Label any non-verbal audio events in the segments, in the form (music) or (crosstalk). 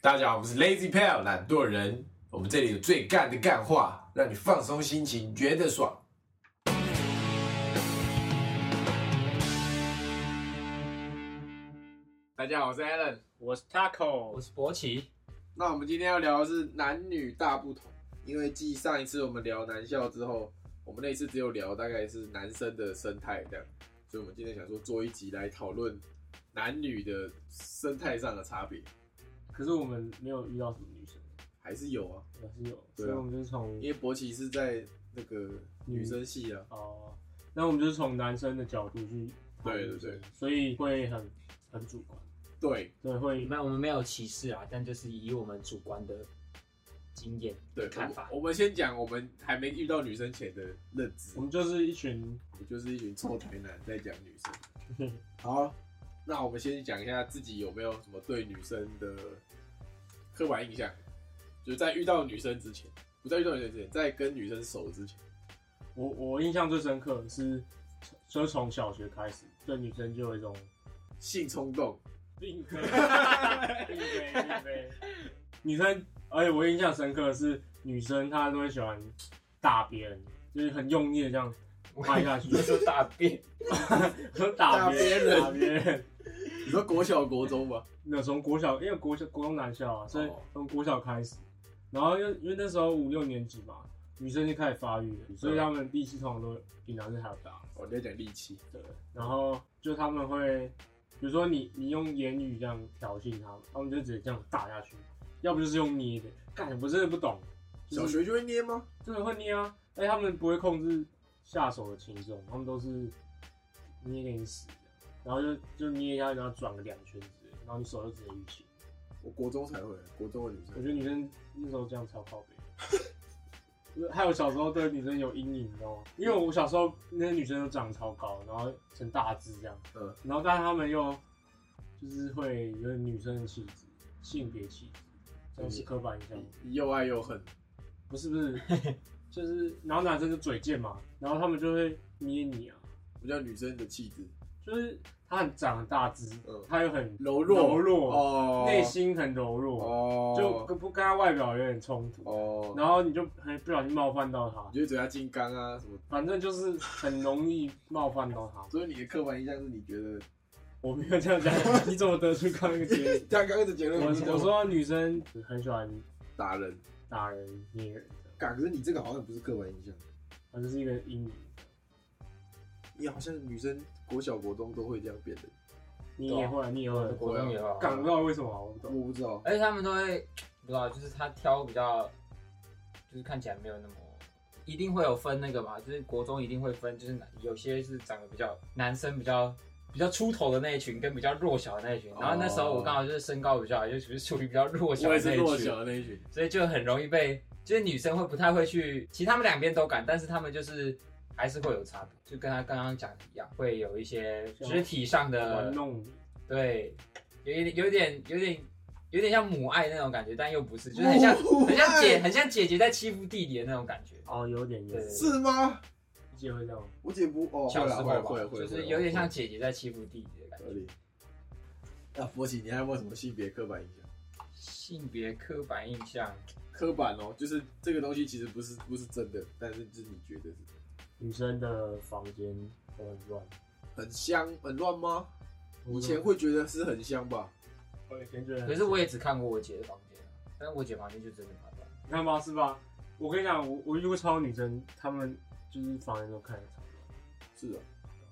大家好，我们是 Lazy Pal 懒惰人，我们这里有最干的干话，让你放松心情，觉得爽。大家好，我是 Alan。我是 Taco，我是博奇，那我们今天要聊的是男女大不同，因为继上一次我们聊男校之后，我们那一次只有聊大概是男生的生态这样，所以我们今天想说做一集来讨论男女的生态上的差别，可是我们没有遇到什么女生，还是有啊，还是有，对啊所以我们就是从因为博奇是在那个女生系啊，哦、那我们就是从男生的角度去讨论对对女生对，所以会很很主观，对对，会没有我们没有歧视啊，但就是以我们主观的经验对，看法我。我们先讲我们还没遇到女生前的认知我，们就是一群也就是一群臭台男在讲女生。 (laughs) 好，那我们先讲一下自己有没有什么对女生的刻板印象，就是在遇到女生之前，不在遇到女生之前，在跟女生熟之前，我我印象最深刻的是，就是从小学开始对女生就有一种性冲动，并非并非并非，女生，而且我印象深刻的是女生她都会喜欢打别人，就是很用力的这样拍下去，说大 (laughs) 便，说 (laughs) 打别人打打别人。你说国小国中吧，没有从国小，因为国小国中男校啊，所以哦从国小开始，然后因为因为那时候五六年级嘛，女生就开始发育了，所以他们力气通常都比男生还要大。我哦在讲力气，对，然后就他们会，比如说你你用言语这样挑衅他们，他们就直接这样打下去，要不就是用捏的。干，我真的不懂，就小是学就会捏吗？真的会捏啊，但他们不会控制下手的轻重，他们都是捏给你死的，然后就就捏一下，然后转个两圈之类，然后你手就直接淤青。我国中才会，国中的女我生嗯觉得女生那时候这样超靠北。 (laughs) 还有小时候对女生有阴影，你知道吗？因为我小时候那些女生都长得超高，然后很大只这样，嗯，然后但是她们又就是会有点女生的气质、性别气质，这样是刻板印象。又爱又恨，不是不是，就是然后男生就嘴贱嘛，然后他们就会捏你啊，我叫女生的气质就是她很长很大只嗯，她又很柔弱，柔弱，哦，内心很柔弱，哦，就跟不跟她外表有点冲突。哦，然后你就很不小心冒犯到他你，就会嘴他金刚啊什么，反正就是很容易冒犯到他。所以你的刻板印象是你觉得我没有这样讲，你怎么得出刚刚那个结 (laughs) 论？像刚刚的结论，我你知道我吗说女生很喜欢打人，打人、捏人这样，感可是你这个好像不是刻板印象，啊，这是一个阴影。你好像女生国小国中都会这样变的，你也会，你也会，国中也好。感不到为什么啊，我不懂。我不知道，而且他们都会不知道，就是他挑比较，就是看起来没有那么，一定会有分那个嘛，就是国中一定会分，就是男有些是长得比较男生比较。比较出头的那一群跟比较弱小的那一群，然后那时候我刚好就是身高比较矮，就属于属于比较弱小我的也那是一弱群，小的那一群，所以就很容易被，就是女生会不太会去，其实他们两边都敢，但是他们就是还是会有差别，就跟他刚刚讲的一样，会有一些肢体上的玩弄你，对，有一点，有点，有点，有点像母爱那种感觉，但又不是，就是 (laughs) 很像，母爱很像姐，很像姐姐在欺负弟弟的那种感觉。哦，有点有对点，是吗？姐会这样吗。我姐不哦，小会时啦候会吧，会会，啊就是会啊有点像姐姐在欺负弟弟的感觉。合理。那佛奇，你还有没有什么性别刻板印象？性别刻板印象，刻板哦，就是这个东西其实不是不是真的，但是就是你觉得是女生的房间都很乱，很香很乱吗？以前会觉得是很香吧？我以前觉得嗯很，可是我也只看过我姐的房间，但是我姐房间就真的蛮乱。你看吧，是吧？我跟你讲，我我遇过超多女生，她们就是房间都看得超乱，是啊，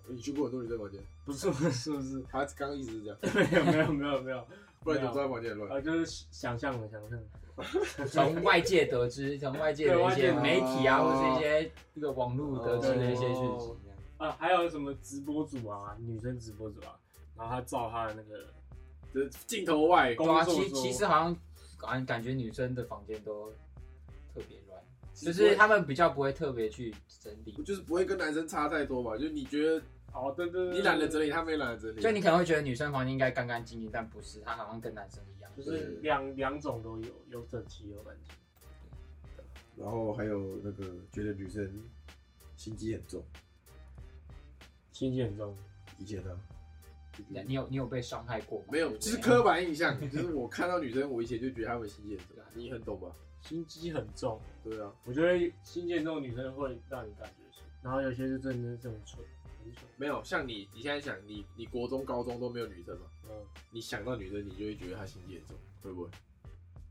你去过很多女生房间，不是不是是不是？ (laughs) 她刚刚一直是这样，没有没有没有没有，不然你怎么知道房间很乱？呃，就是想象的想象的。从外界得知，从外界的一些对外界媒体啊，哦或者是一些这个网络得知的一些讯息哦，这样啊，还有什么直播主啊，女生直播主啊，然后她照她的那个就是镜头外，工对啊，作其桌其实好像感感觉女生的房间都特别乱，就是她们比较不会特别去整理。就是不会跟男生差太多吧？就你觉得哦，对对对，你懒得整理，他们也懒得整理。就你可能会觉得女生房间应该干干净净，但不是，她好像跟男生一样。就是两两种都有，有整齐有干净。然后还有那个觉得女生心机很重，心机很重，以前呢、你有你有被伤害过吗？没有，对不就对是刻板印象，就是我看到女生，我以前就觉得她们心机很重，你很懂吧？心机很重。欸对啊，我觉得新建这种女生会让你感觉是，然后有些是真的是这种蠢，很蠢。没有像你，你现在想你，你国中、高中都没有女生嘛？嗯，你想到女生，你就会觉得她心机很重，会不会？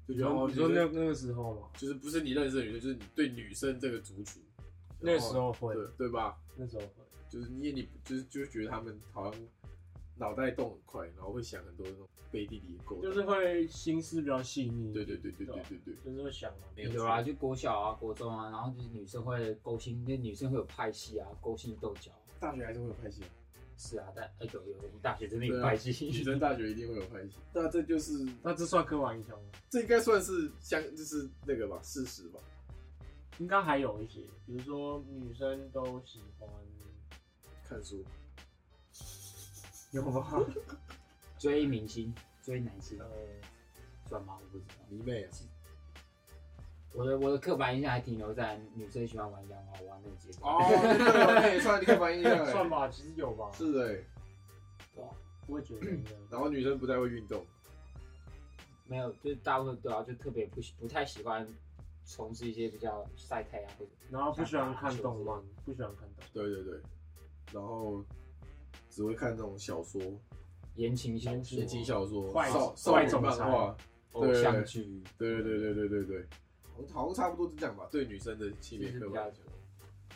就你觉得说哦，你说女那生那个时候嘛，就是不是你认识的女生，就是你对女生这个族群，哦那时候会，对对吧？那时候会。就是因为你就是就觉得她们好像脑袋动很快，然后会想很多那种背地里的勾当，就是会心思比较细腻，对对对对对吧，对对，就是会想嘛，没有有啊，就国小啊、国中啊，然后就是女生会勾心，那女生会有派系啊，勾心斗角。大学还是会有派系啊。是啊，但哎有有，我们大学真的对有啊派系。女生大学一定会有派系， (laughs) 那这就是那这算刻板印象吗？这应该算是相就是那个吧，事实吧。应该还有一些，比如说女生都喜欢，看书，有吗？追明星、追男星 (laughs) 呃，算吗？我不知道。迷妹啊，我的我的刻板印象还停留在女生喜欢玩洋娃娃那个阶段。哦，对，那也 (laughs) 算你刻板印象，算，吧，其实有吧，哎是嗯哎、对啊我也觉得应该。然后女生不太会运动，没有，就是大部分对啊，就特别不喜不太喜欢从事一些比较晒太阳或者然后不喜欢看动漫，不喜欢看动对对对，然后只会看那种小说、言情小说、言情小说、坏少少坏女总漫裁画，偶像剧，对对对对对对对，好像好像差不多就这样吧。对女生的性就别是刻比板较印象，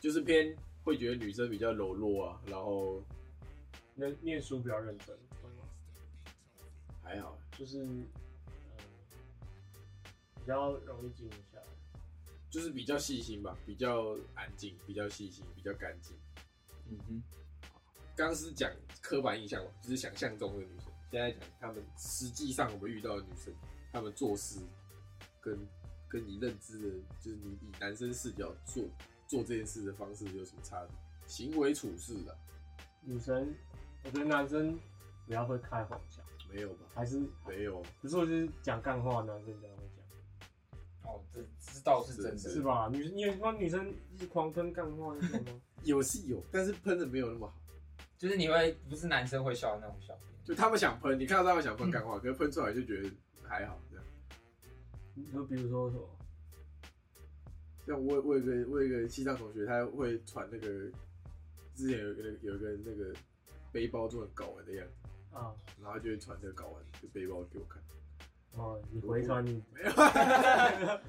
就是偏会觉得女生比较柔弱啊，然后漫，那念书比较认真，还好，就是呃比较容易静下来。就是比较细心吧，比较安静，比较细心，比较干净。嗯哼，刚刚是讲刻板印象嘛，就是想象中的女生。现在讲她们实际上我们遇到的女生，她们做事跟跟你认知的，就是你以男生视角做做这件事的方式有什么差别？行为处事啊的女生，我觉得男生比较会开黄腔，没有吧？还是没有，不是我就是讲干话，男生比较会讲，哦，这这倒是真是的，是吧？女你有看到女生一直狂喷干话那种吗？有是有，但是喷的没有那么好。就是你会不是男生会笑的那种笑点，就他们想喷，你看到他们想喷干话，可是喷出来就觉得还好这样。就比如说什么，像我我有一个我有一个西藏同学，他会传那个之前有一个有一个那个背包做的睾丸的样子。啊，然后就会传这个睾丸就背包给我看，哦，你回传你没有，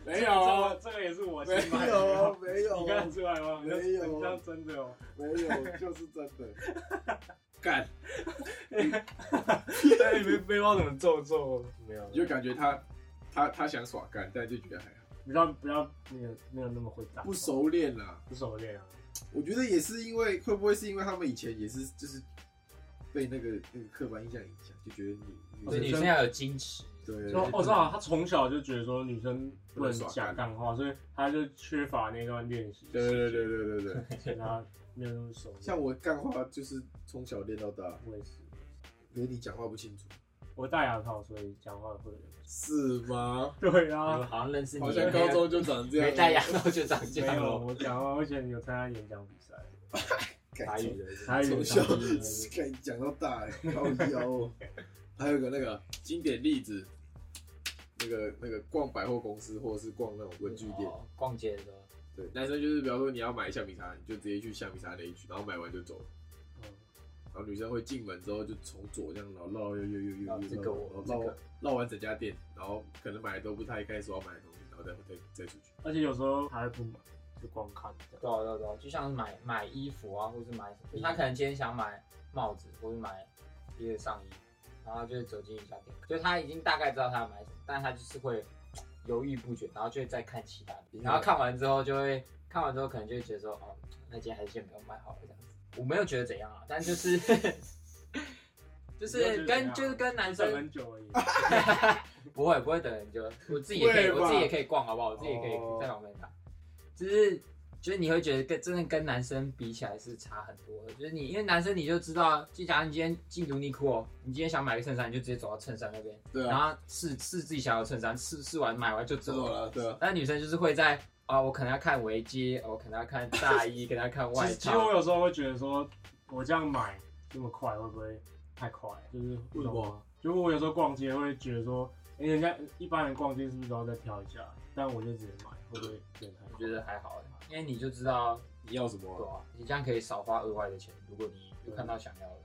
没有这哦，个这个也是我新买没的有哦，，没有你看哦得，出来吗？没有很像很像真的哦，没有，就是真的。 (laughs) 干，那你背背包怎么皱皱？没有你，就感觉他他他想耍干，但就觉得还好，比较比较没有没有那么会打，不熟练啦。不熟练啊，我觉得也是因为，会不会是因为他们以前也是就是被那个那个刻板印象影响，就觉得所以你女生要有矜持，对说哦我知道，他从小就觉得说女生不不能能耍讲干话，所以他就缺乏那段练习。对对对对对对对， (laughs) 所以他没有那么熟。像我干话就是从小练到大，我也是，可是你讲话不清楚，我戴牙套，所以讲话会有点。是吗？对好啊，像认识你，好像高中就长这样，没戴牙套就长这没样有了，我讲话，而且你有参加演讲比赛，台改语的，台语从演小讲比赛。看讲到大、欸，好妖、 (laughs) 哦。还有一个那个经典例子，那个那个逛百货公司或者是逛那种文具店，哦逛街的时候，对，男生就是比方说你要买橡皮擦，你就直接去橡皮擦那一区，然后买完就走了。嗯然后女生会进门之后就从左这样绕绕又又又又啊这个又绕我这绕个绕完整家店，然后可能买的都不是他一开始要买的东西，然后再再再出去。而且有时候还会不买，就光看这样。对啊对啊对啊，就像是买买衣服啊，或是买嗯什么，他可能今天想买帽子，或是买一个上衣，然后就走进一家店，就是他已经大概知道他要买什么，但他就是会犹豫不决，然后就会再看其他的，嗯然后看完之后就会看完之后可能就会觉得说，哦，那今天还是先不要买好了这样嗯子。我没有觉得怎样啊，但就是 (laughs) (laughs) 啊就是跟就是跟男等生很久而已。不会不会等人就我自己也可以，会吧我自己也可以逛，好不好？我自己也可以哦在旁边打，就是就是你会觉得跟真的跟男生比起来是差很多的，就是你因为男生你就知道，就假如你今天进独立库哦，你今天想买个衬衫，你就直接走到衬衫那边，对然啊，后试试自己想要的衬衫，试试完买完就知走道了。了，对啊。但女生就是会在啊、我可能要看围巾，哦我可能要看大衣，可能要看其外实，其实我套，有时候会觉得说，我这样买这么快，会不会太快，就是为什么不懂啊就我有时候逛街会觉得说，哎、人家一般人逛街是不是都要再挑一下？但我就直接买，会不会有点太我快？觉得还好，因为你就知道，你要什么对啊、啊，你这样可以少花额外的钱。如果你有看到想要的，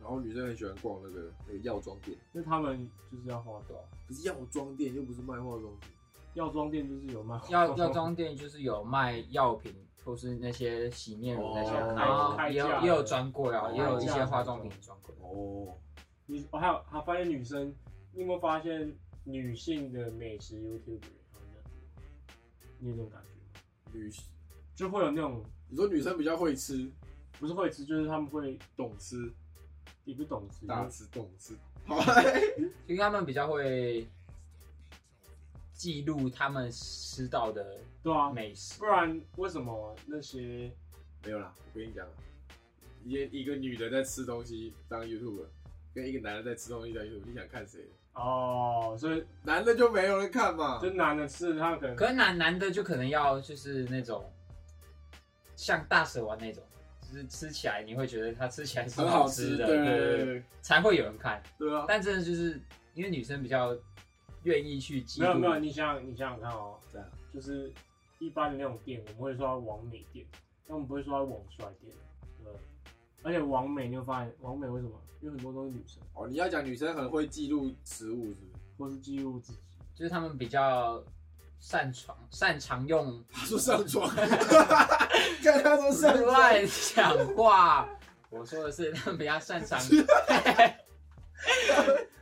然后女生很喜欢逛那个那个药妆店，那他们就是要花，对啊，可是药妆店又不是卖化妆品，药妆店就是有卖化药妆药妆店就是有卖药品，或是那些洗面乳那些，哦然后开也有开价也有专柜啊，哦也有一些化妆品专柜。哦，你我还有还发现女生，你有没有发现女性的美食 YouTuber 好像比较多你有这种感觉吗？女就会有那种你说女生比较会吃，不是会吃，就是他们会懂吃，也不懂吃，大吃懂吃，好，因为他们比较会记录他们吃到的对啊，美食不，然为什么那些 (laughs) 没有啦，我跟你讲啊，一一个女的在吃东西当 YouTube，跟一个男的在吃东西当 YouTube，你想看谁？哦，所以男的就没有人看嘛，就男的吃，他可能可是男男的就可能要就是那种像大蛇丸那种，就是吃起来你会觉得它吃起来是很好吃吃，的，对对对对对对，对才会有人看。对啊，但真的就是因为女生比较愿意去记没有录没，有，你想想你想想看哦，这样就是一般的那种店，我们会说它网美店，但我们不会说它网帅店，对。而且网美你会发现，网美为什么？因为很多都是女生，哦，你要讲女生很会记录食物是不是？或是记录自己。就是他们比较擅长擅长用他说上床， (laughs) 看他说上床，乱讲话。我说的是他们比较擅 (laughs) 长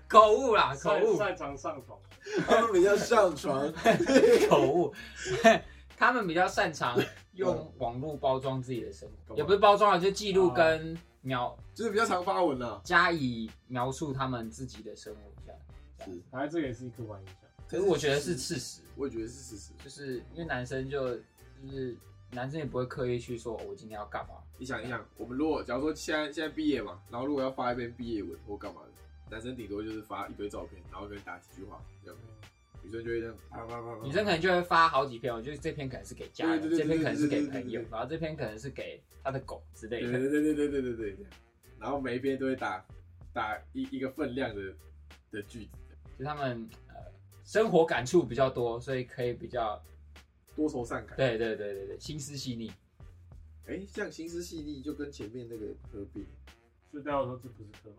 口误啦，口擅误。擅长上床， (laughs) 他们比较上床， (laughs) 口误，他们比较擅长用网络包装自己的生干活，嘛也不是包装啊，就记录跟描就是比较常发文啊啦。加以描述他们自己的生活这样。是，反正这个也是一个玩笑。可是我觉得是，事实，我也觉得是事实。就是因为男生就就是男生也不会刻意去说、哦我今天要干嘛，你想一想，我们如果假如说现在现在毕业嘛，然后如果要发一篇毕业文或干嘛的，男生顶多就是发一堆照片，然后跟打几句话，这样。女生就会这样啪啪啪啪。女生可能就会发好几篇，我觉得这篇可能是给家人，嗯对对这对篇可能是给对对对对朋友对，然后这篇可能是给他的狗之类对的。对对对对对对对对，然后每一篇都会打打一一个分量的的句子，就他们呃生活感触比较多，所以可以比较多愁善感。对对对对对心思细腻。哎，这样心思细腻就跟前面那个合并。所以大家说这不是刻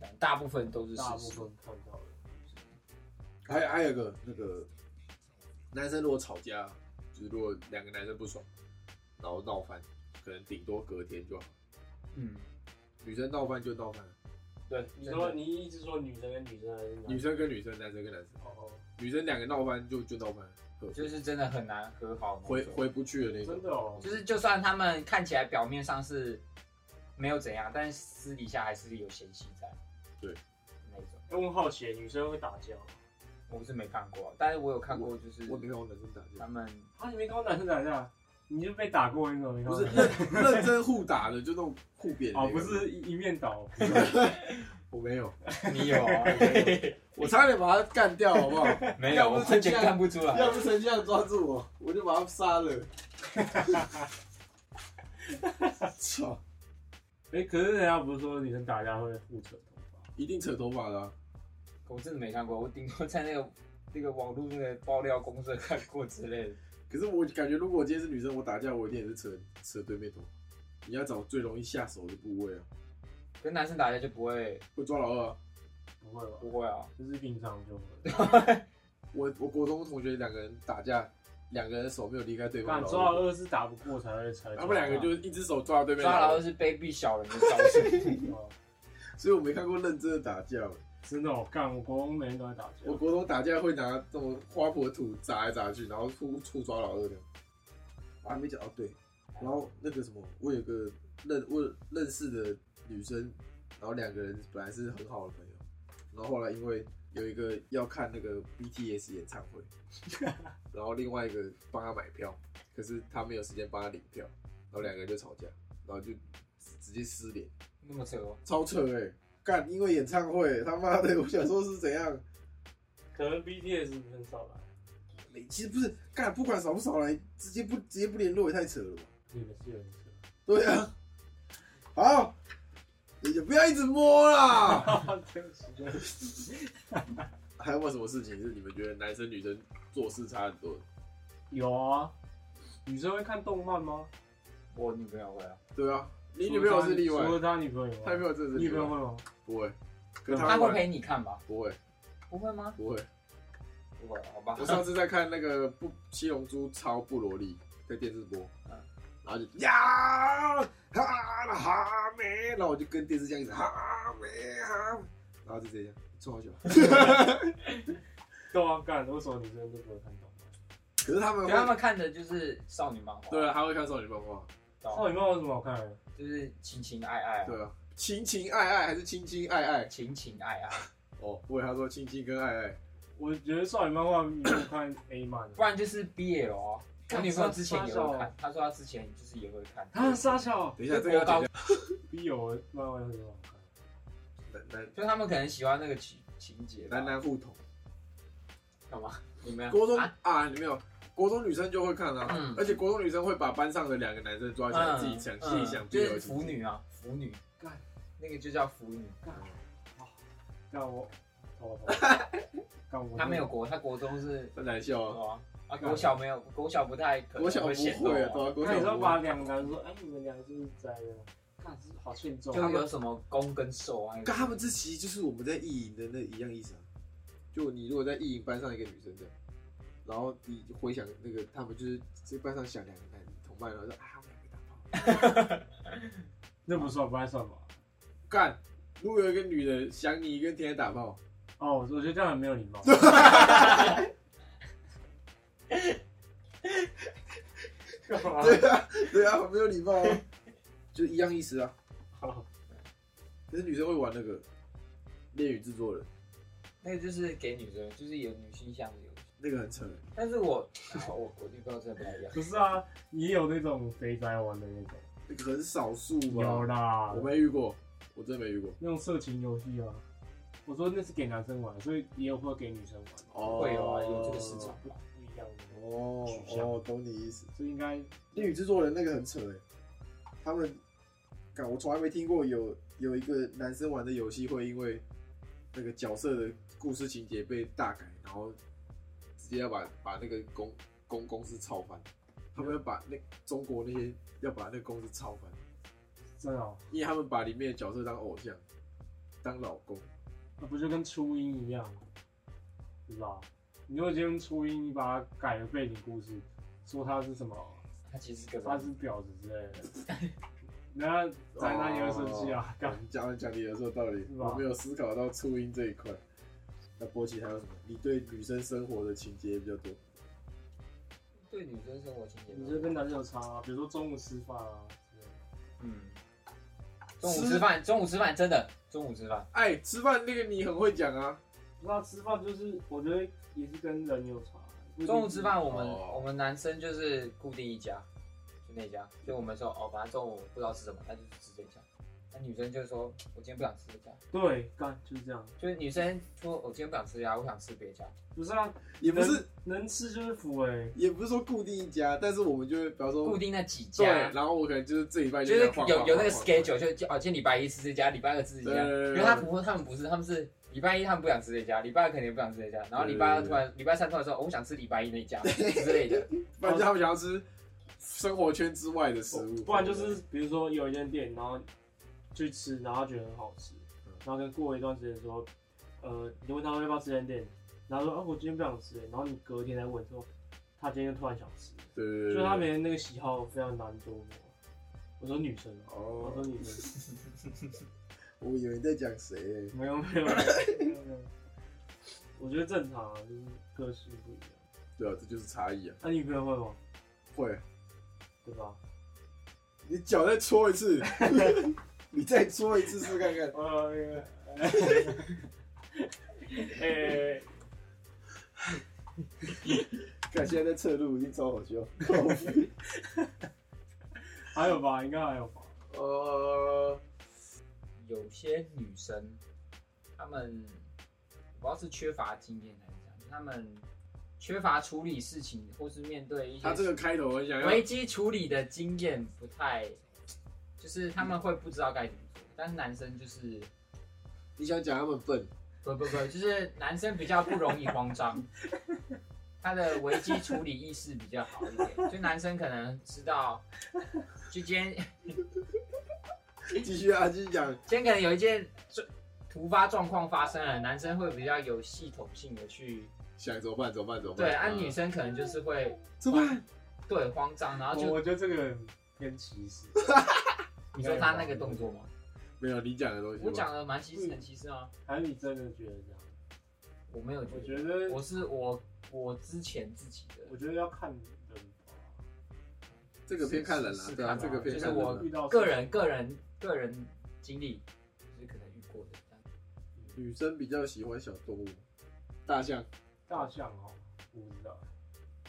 板大部分都是印事象，大部实。分看到的。还有还有一个那个男生如果吵架，就是如果两个男生不爽，然后闹翻，可能顶多隔天就好。嗯，女生闹翻就闹翻了，对，你说你一直说女生跟女生还是男女生跟女生，男生跟男生，哦哦，女生两个闹翻就就闹翻了，呵就是真的很难和好。回，回不去的那真种。的哦，就是就算他们看起来表面上是没有怎样，但是私底下还是有嫌隙在。对，那种哎，我很好奇，女生会打架吗？哦我不是没看过，但是我有看过，就是我没看过男生打架他，们啊，你没看过男生打架，你就被打过，你怎么没看不过是男 (laughs) 生？认认真互打的，就那种互扁的哦，那个不是一一 (laughs) 面倒，我没有，你有啊？我差点把他干掉，好不好？没要有，不我是完这全样看不出来要。不陈样抓住我，我就把他杀了。 (laughs) 操，哎、可是人家不是说女生打架会互扯头发？一定扯头发的啊、我真的没看过，我顶多在那个那个网络那个爆料公社看过之类的。可是我感觉，如果我今天是女生，我打架，我一定也是扯扯对面头发。你要找最容易下手的部位啊，跟男生打架就不会会抓老二啊。不会吧？不会啊？就是平常就会。 (laughs) 我我国中同学两个人打架，两个人手没有离开对方干的抓老到二，二是打不过才会才。他们啊两个就是一只手抓到对面抓老老二二，是卑鄙小人的招数。哦所以我没看过认真的打架。真的、哦，干我国中每天都在打架我。国中打架会拿这种花婆土砸来砸去，然后互互抓老二的。我还没讲哦，对，然后那个什么，我有个认我认识的女生，然后两个人本来是很好的朋友，然后后来因为有一个要看那个 BTS 演唱会，然后另外一个帮他买票，可是他没有时间帮他领票，然后两个人就吵架，然后就直直接撕脸。 (laughs) 那么扯哦，超扯哎、干，因为演唱会，他妈的，我想说是怎样？可能 BTS 很少来，没，其实不是干，不管少不少来，直接不直接 (laughs) 不联络也太扯了吧？你们是有人扯。对啊，好，你也不要一直摸啦。对不起对不起 (laughs) 还有没有什么事情是你们觉得男生女生做事差很多的？有啊，女生会看动漫吗？我女朋友会啊，对啊，你女朋友是例外除，了他女朋友啊，他女朋友真的是你女例朋外，友会啊吗？不会，可她他她会陪你看吧？不会不会吗？不会。不会，好吧我。上次在看那个不《七龙珠超布罗利》在电视播嗯，然后就呀哈哈没，然后我就跟电视这样一直哈没哈，然后就这样做好久。对啊，干，为什么女生都不会看动漫？可是他们因为他会们看的就是少女漫画，对啊，他会看少女漫画，懂吗哦少女漫画有什么好看的？就是情情爱爱啊，对啊，情情爱爱还是亲亲爱爱？情情爱啊爱，哦，我以为他说亲亲跟爱爱。我觉得少女漫画你有看 A 漫啊不然就是 BL 哦。我干女朋友之前也杀会杀手看，她说她之前就是也会看， (coughs) 啊，傻小等一下，这个国要高讲一下 B 有漫画有什么好看？男男就他们可能喜欢那个情情节吧。男男互捅。干嘛？你们国中啊啊，你没有，国中女生就会看啊，嗯而且国中女生会把班上的两个男生抓起来，自己想自己想自就己是有腐女啊，腐女干，那个就叫腐女。干我，头头，干我，她没有国，她国中是很难笑啊。哦啊，国小没有，国小不太可能国小不会会显啊，露对啊啊，国那你小说不会把。两个男说，哎，你们俩是不是在的？看是好欠揍。就有什么攻跟受啊，跟他们这其实就是我们在意淫的那一样意思啊。就你如果在意淫班上一个女生这样，然后你回想那个他们就是这班上想两个男同伴，然后说啊，我们两个打炮。那不算，不太算吧？干，如果有一个女的想你跟天天打炮，哦，我觉得这样很没有 (laughs) 礼貌。干嘛？对啊，对啊，没有礼貌啊，就一样意思啊。可是女生会玩那个《恋与制作人》， (laughs) 那个就是给女生，就是有女性向的游戏。那个很扯欸。但是我啊我我女朋友真的不 (laughs) 太一样，不是啊，也有那种肥宅玩的那种，那个很少数有吧？啦，我没遇过，我真的没遇过。那种色情游戏啊。我说那是给男生玩，所以也有会给女生玩，哦会有啊，有这个市场不吧。不一样的，哦取向哦，懂你意思。所以应该恋与制作人那个很扯哎，他们，感我从来没听过有有一个男生玩的游戏会因为那个角色的故事情节被大改，然后直接要把把那个公公公司操翻。他们要把那中国那些要把那个公司操翻，真的哦，因为他们把里面的角色当偶像，当老公。那不就跟初音一样，知道？你如果今天初音，你把它改了背景故事，说它是什么，她其实根它本是婊子之类的，那宅男也会生气哦啊，干你讲讲你有说道理是，吧我没有思考到初音这一块。那波奇还有什么？你对女生生活的情节比较多，对女生生活情节吧。你就跟男生有差啊，比如说中午吃饭啊之类的。嗯，中午吃饭，中午吃饭真的，中午吃饭哎，吃饭那个你很会讲啊，那吃饭就是，我觉得也是跟人有差。中午吃饭，我们、哦我们男生就是固定一家，就那家，就我们说哦，反正中午不知道吃什么，那就吃这家。那女生就说，我今天不想吃这家，对，干就是这样。就是女生说，我今天不想吃这家，我想吃别家。不是啊，也不嗯是能能吃就是福哎、也不是说固定一家，但是我们就会，比方说固定那几对，家，然后我可能就是这礼拜就是在晃有有那个晃晃 schedule，就就哦，今天礼拜一吃这家，礼拜二吃这对家。对对对因为他不，他们不是，他们是礼拜一他们不想吃这家，礼拜二肯定不想吃这家，然后礼拜二对对对突然，礼拜三突然说、哦我想吃礼拜一那 (laughs) 一家之类的。反正他们想要吃生活圈之外的食物，不然就是比如说有一间店，然后去吃，然后觉得很好吃，然后跟过一段时间说，呃，你问他要不要吃这间店，然后说，哦、我今天不想吃、然后你隔天再问说，他今天突然想吃，对对对，就是对他每天那个喜好非常难捉摸。我说女生啊，我说哦，女生，我以为你在讲谁，没有没有没有没有没有，我觉得正常啊，就是个性不一样。对啊，这就是差异啊，那、你女朋友会吗？会，对吧？你脚再搓一 (laughs) 次，你再搓一次试看看，呃，那个，哎，看现在在侧录已经超好笑，还有吧，应该还有吧。哦呃。有些女生，她们我不知道是缺乏经验还是怎样，她们缺乏处理事情或是面对一他这些个开头我很想要，危机处理的经验不太，就是她们会不知道该怎么做。但是男生就是你想讲他们笨，不不不，就是男生比较不容易慌张， (laughs) 他的危机处理意识比较好一点。就男生可能知道，就今天继续啊，继续讲。今天可能有一件突突发状况发生了，男生会比较有系统性的去想怎么办？怎么办？怎么办？对，按、嗯女生可能就是会怎么办？对慌张，然后我就我觉得这个人偏歧视。你说他那个动作吗？没有你讲的东西吗。我讲的蛮歧视，很歧视吗？还是你真的觉得这样？我没有觉我得，觉得，我是我我之前自己的。我觉得要看人吧。这个偏看人啦是，是对啊，看这个人偏就是看人啊我啦。遇到个人个人个人经历，就是可能遇过的这样。女生比较喜欢小动物，大象。大象哦，我不知道，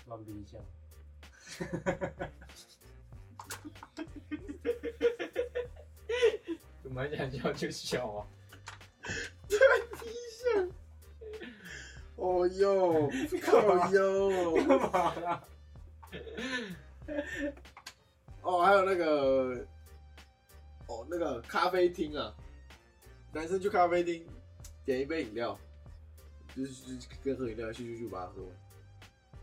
乱逼象。我们讲笑就笑啊，哦 (laughs) 哟，哦哟，干嘛啦？哦，还有那个，哦，那个咖啡厅啊，男生去咖啡厅点一杯饮料，就是就是跟喝饮料，咻咻咻把它喝完。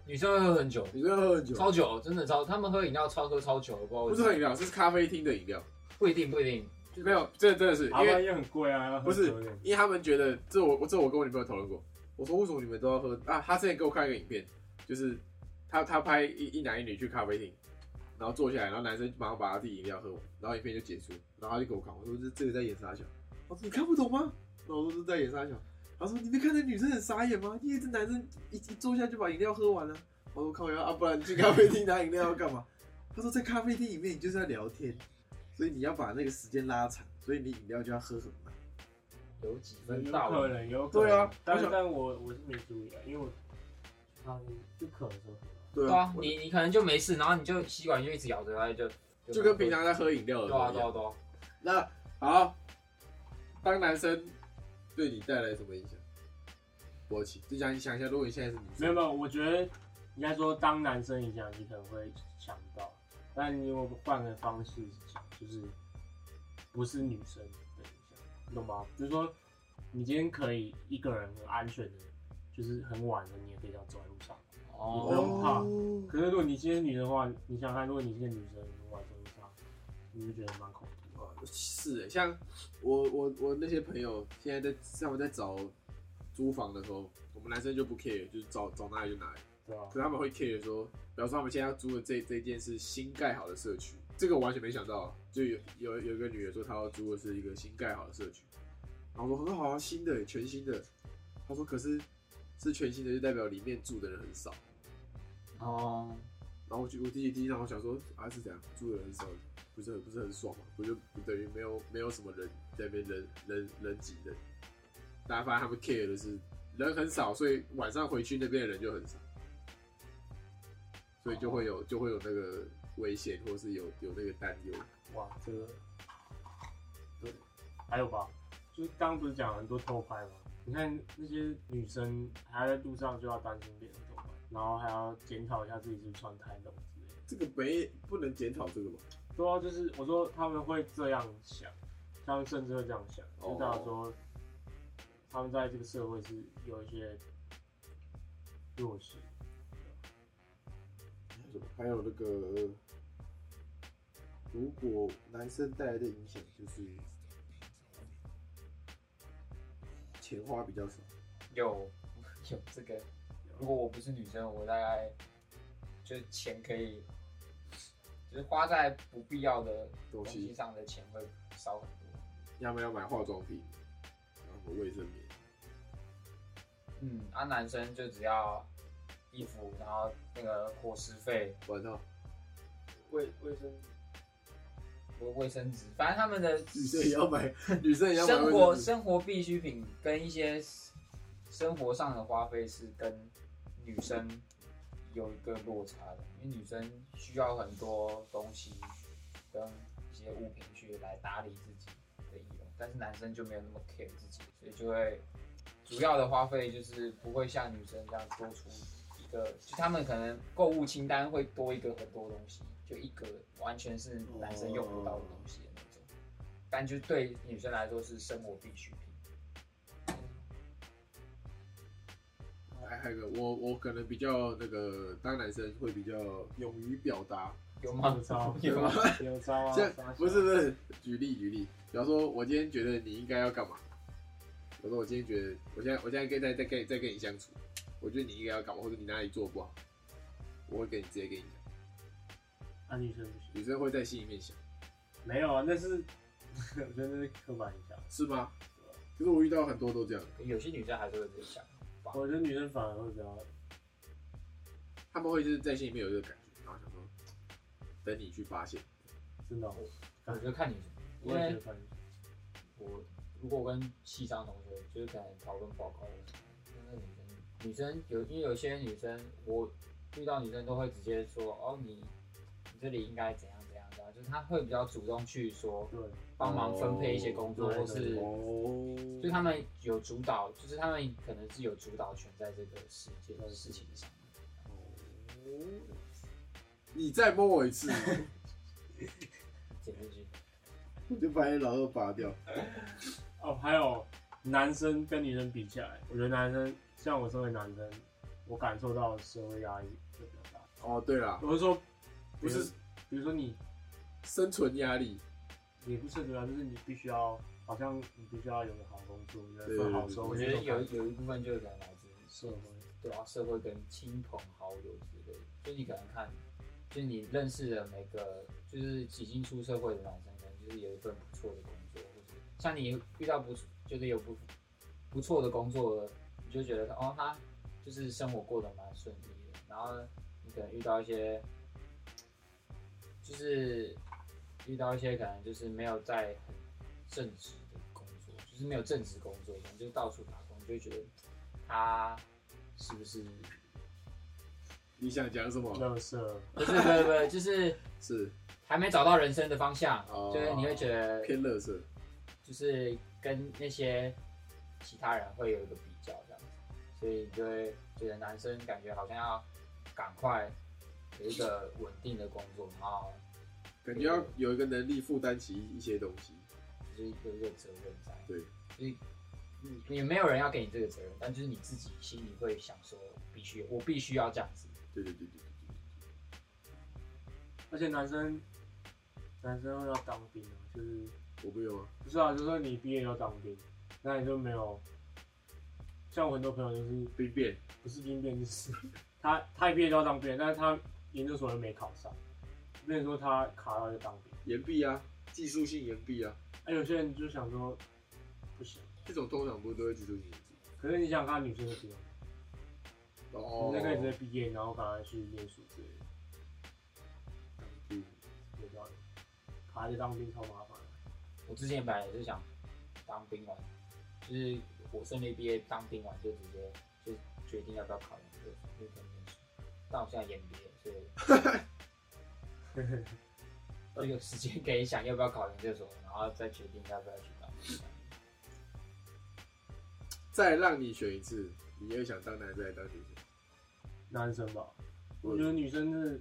女生会喝很久，你说要喝很久？啊超久，真的超，他们喝饮料超喝超久，我不知道不是喝为什么饮料，是咖啡厅的饮料。不一定不一定，没有，这真的是因台为湾也很贵啊，要喝不是酒有点因为他们觉得这我这我跟我女朋友讨论过，我说为什么你们都要喝啊？他之前给我看一个影片，就是他他拍一一男一女去咖啡厅，然后坐下来，然后男生马上把他自己饮料喝完，然后影片就结束，然后他就给我看，我说这这个在演傻小，我说你看不懂吗？然后我说这在演傻小，他说你没看那女生很傻眼吗？因为这男生一一坐下就把饮料喝完了，我说靠呀啊，不然你去咖啡厅拿饮料要干嘛？ (laughs) 他说在咖啡厅里面你就是在聊天，所以你要把那个时间拉长，所以你饮料就要喝很慢。有几分有到可了能，有可能。对啊但我想但我我是没注意啊，因为我啊他就渴的时候喝对对啊，你你可能就没事，然后你就吸管就一直咬着，然后就就跟平常在喝饮料的对时候啊一对样。啊对啊，那好，当男生对你带来什么影响？勃起，就想你想一下，如果你现在是女生，没有没有，我觉得应该说当男生影响你可能会想到，但你如果换个方式讲，就是不是女生的影响，你懂吗？就是说你今天可以一个人很安全的，就是很晚了，你也可以这样走在路上。哦，不用怕可是如果你今天是女生的话，你想想看，如果你是个女生，你晚走在路上，你就觉得蛮恐怖的。哦是欸像我我我那些朋友现在在像我在找租房的时候，我们男生就不 care，就是找找哪里就哪里。对啊可，是他们会 care 说，比方说他们现在要租的这这间是新盖好的社区，这个我完全没想到啊。就有有有一个女的说她要租的是一个新盖好的社区，然后我说很好啊，新的全新的。她说可是是全新的，就代表里面住的人很少。哦，然后我就我自己听到，我想说啊是怎样，住的人很少，不是很不是很爽嘛？不就不等于没有没有什么人在那边人人人挤人，大家发现他们 care 的是人很少，所以晚上回去那边的人就很少，所以就会有就会有那个危险或是有有那个担忧。哇，这个，对，还有吧，就是刚刚不是讲很多偷拍吗？你看那些女生还在路上就要担心别人偷拍，然后还要检讨一下自己是不是穿太露之类的。这个没不能检讨这个吧？对啊，就是我说他们会这样想，他们甚至会这样想，就代表说他们在这个社会是有一些弱势。还有什么？还有那个，如果男生带来的影响就是钱花比较少。有有这个，如果我不是女生，我大概就是钱可以，就是花在不必要的东东西西上的钱会少很多。要不要买化妆品，然后卫生棉，嗯，啊，男生就只要衣服，然后那个伙食费、晚上卫卫生卫卫生纸，反正他们的女生也要 (laughs) 买，女生也要买生卫活生纸。生活必需品跟一些生活上的花费是跟女生有一个落差的，因为女生需要很多东西跟一些物品去来打理自己的仪容，但是男生就没有那么 care 自己，所以就会主要的花费就是不会像女生这样多出一个，就他们可能购物清单会多一个很多东西，就一个完全是男生用不到的东西的那种。但就对女生来说是生活必需品。还还有一个我我可能比较那个，当男生会比较勇于表达，有有吗？招，有吗？有招啊！像傻笑不是不是，举例举例，比方说我今天觉得你应该要干嘛，我说我今天觉得我现在我现在跟再再跟再跟你相处，我觉得你应该要干嘛，或者你哪里做不好，我会跟你直接跟你讲，啊，女生不行，女生会在心里面想，没有啊，那是 (laughs) 我觉得那是刻板印象。是吗？可是我遇到很多都这样，有些女生还是会这样想。我觉得女生反而会比较，他们会就是在心里面有这个感觉，然后想说等你去发现，真的哦，我觉得看女生，因我也觉为得反正我如果我跟系上同学就是可能讨论报告，那个女生女生有因为有些女生我遇到女生都会直接说哦你你这里应该怎样怎样怎样，就是她会比较主动去说对，帮忙分配一些工作，哦或是哦，就他们有主导，就是他们可能是有主导权在这个世界的事情上。你再摸我一次， (laughs) 简直是我就把你老二拔掉。哦，还有男生跟女生比起来，我觉得男生像我身为男生，我感受到的社会压力会比较大。哦，对啦，我是说，不是比如，比如说你生存压力，也不是主要，就是你必须要，好像你必须要有个好工作，有对一份好收入。我觉得有这种有一部分就是可能来自社会，对啊，社会跟亲朋好友之类的，就你可能看，就是你认识的每个，就是已经出社会的男生，可能就是有一份不错的工作，或者像你遇到不就是有不不错的工作了，你就觉得哦，他就是生活过得蛮顺利的，然后你可能遇到一些，就是遇到一些可能就是没有在很正职的工作，就是没有正职工作，可能就到处打工，就会觉得他是不是？你想讲什么？乐色， (laughs) 不是不是不是，就是是还没找到人生的方向，哦就是你会觉得偏乐色，就是跟那些其他人会有一个比较这样子，所以你就会觉得男生感觉好像要赶快有一个稳定的工作，然后感觉要有一个能力负担起一些东西。就是有一个责任在，对，就是你也没有人要给你这个责任，但就是你自己心里会想说，必须我必须要这样子，对对对对对而且男生男生会要当兵啊，就是对，我没有啊。不是啊，就是说你毕业要当兵，那你就没有。像我很多朋友就是兵变，不是兵变，就是 (laughs) 他他一毕业就要当兵，但是他研究所又没考上，变成说他卡到就当兵。岩壁啊，技术性岩壁啊，哎、有些人就想说不行，这种通常不是都会技术性岩壁。可是你想看女生的不用，哦，女生可以直接毕业，然后赶快去念书之类的。嗯有道理，卡着当兵超麻烦的。我之前本来也是想当兵完，就是我顺利毕业当兵完就直接就决定要不要考研究所，就可以念书。但我现在研毕业，所以就有时间可以想要不要考研究所，然后再决定要不要去当兵。再让你选一次，你又想当男生还是当女生？男生吧，嗯我觉得女生是，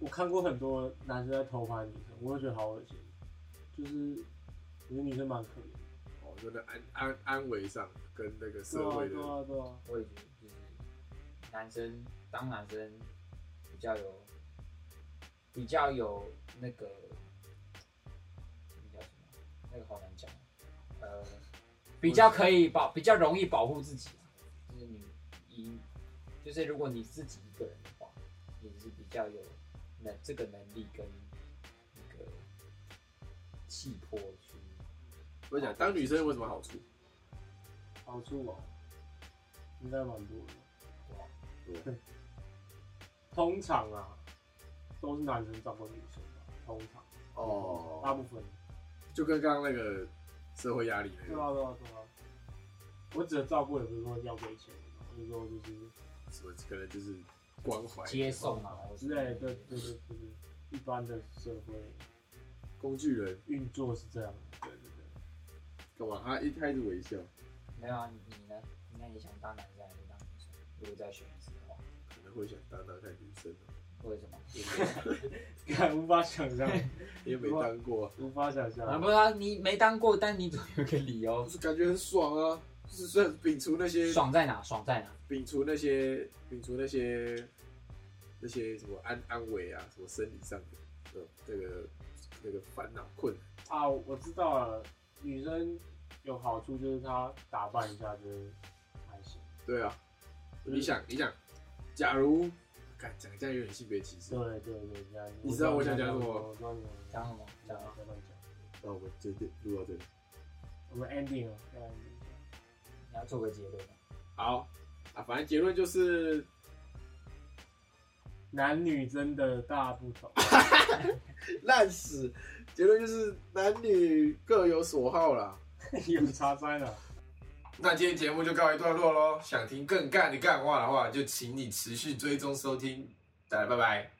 我看过很多男生在偷拍女生，我会觉得好恶心。就是我觉得女生蛮可怜的，哦，真的安安安危上跟那个对社啊会对的啊对啊，我也觉得就是男生当男生比较有比较有那个那叫什么？那个好难讲，呃，比较可以保比较容易保护自己啊，就是你一就是如果你自己一个人的话，你是比较有那这个能力跟那个气魄去。我讲当女生有什么好处？好处哦，应该蛮多的。对吧通常啊，都是男生照顾女生吧，通常大哦，部分。就跟刚刚那个社会压力那对个啊对啊对啊，我指的照顾也不是说要给钱，我就说就是什么，可能就是关怀、接送啊之类的，对对对对对，一般的社会工具人运作是这样的，对对对。干嘛？他一开始微笑，没有啊，你呢？那你想当男生还是当女生？如果再选一次的话，可能会想当当看女生哦。为什么？看无法想象，也没当过，无法想啊，象不。是啊，你没当过，但你总有个理由就。是感觉很爽啊。就是虽然摒除那些，爽在哪？爽在哪？摒除那些，摒除那些，那些什么安安慰啊，什么生理上的，呃，那个那个烦恼困难。啊，我知道了，女生有好处就是她打扮一下就是开心。对啊，嗯你想，你想，假如，看讲这样有点性别歧视，对对对，这样你知道我想讲什么我知道你讲什么？不讲要什么？乱讲。那我们就录到这里。我们 ending 了要 ending 了，你要做个结论。好啊，反正结论就是，男女真的大不同。 (laughs) 烂死。结论就是男女各有所好啦。有差在哪？那今天节目就告一段落喽。想听更干的干话的话，就请你持续追踪收听。大家拜拜。